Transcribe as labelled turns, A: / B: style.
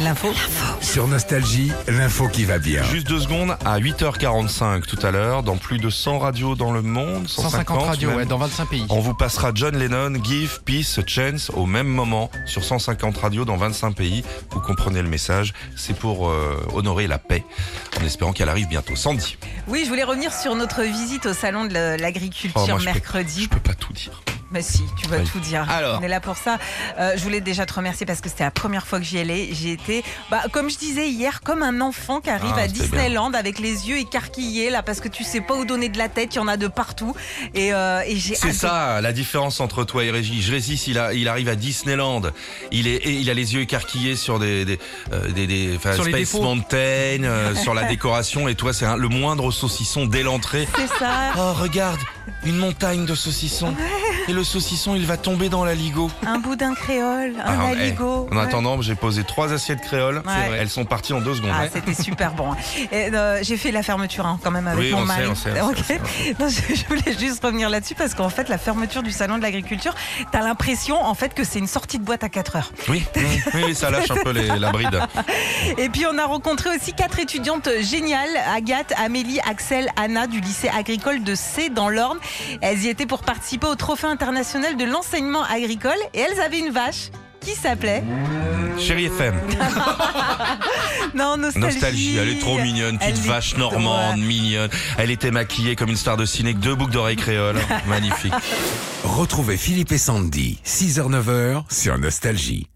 A: L'info.
B: Sur Nostalgie, l'info qui va bien.
C: Juste deux secondes, à 8h45 tout à l'heure, dans plus de 100 radios dans le monde, 150,
D: 150 radios,
C: même,
D: ouais, dans 25 pays.
C: on vous passera John Lennon, Give, Peace, Chance au même moment sur 150 radios dans 25 pays. Vous comprenez le message, c'est pour euh, honorer la paix, en espérant qu'elle arrive bientôt. Sandy,
A: Oui, je voulais revenir sur notre visite au salon de la- l'agriculture
C: Oh, moi, je peux-
A: mercredi.
C: je peux pas tout dire.
A: Mais si, tu vas
C: Oui.
A: tout dire.
D: Alors.
A: On est là pour ça. Euh, je voulais déjà te remercier parce que c'était la première fois que j'y allais. J'ai été, bah, comme je disais hier, comme un enfant qui arrive
C: Ah,
A: à
C: c'était
A: Disneyland avec les yeux écarquillés là parce que tu sais pas où donner de la tête. Il y en a de partout. Et, euh, et j'ai
C: C'est
A: adoré.
C: ça la différence entre toi et Régis. Régis, il, a, il arrive à Disneyland. Il, est, et il a les yeux écarquillés sur des, des, euh, des, des- enfin,
D: Sur les
C: Space
D: défauts.
C: Mountain, euh, sur la décoration. Et toi, c'est un- le moindre saucisson dès l'entrée.
A: C'est ça.
C: Oh, regarde, une montagne de saucissons. Et le saucisson, il va tomber dans l'aligot.
A: Un boudin créole, un
C: Ah, eh,
A: aligot.
C: En
A: Ouais.
C: attendant, j'ai posé trois assiettes créoles.
A: Ouais. C'est vrai.
C: Elles sont parties en deux secondes.
A: Ah,
C: ouais.
A: c'était super bon. Et, euh, j'ai fait la fermeture hein, quand même avec
C: Oui,
A: mon
C: on sait,
A: mari.
C: on sait, on sait,
A: Ok. Non, je, je voulais juste revenir là-dessus parce qu'en fait, la fermeture du salon de l'agriculture, t'as l'impression en fait que c'est une sortie de boîte à 4 heures.
C: Oui, oui, oui, ça lâche un peu les- la bride.
A: Et puis, on a rencontré aussi quatre étudiantes géniales Agathe, Amélie, Axel, Anna du lycée agricole de C dans l'Orne. Elles y étaient pour participer au trophée international de l'enseignement agricole et elles avaient une vache qui s'appelait.
C: Mmh. Chérie FM,
A: Non, nostalgie.
C: nostalgie, elle est trop mignonne, petite
A: Elle est-
C: vache normande, mignonne. Elle était maquillée comme une star de ciné, avec deux boucles d'oreilles créoles. Magnifique.
B: Retrouvez Philippe et Sandy, 6h-9h sur Nostalgie.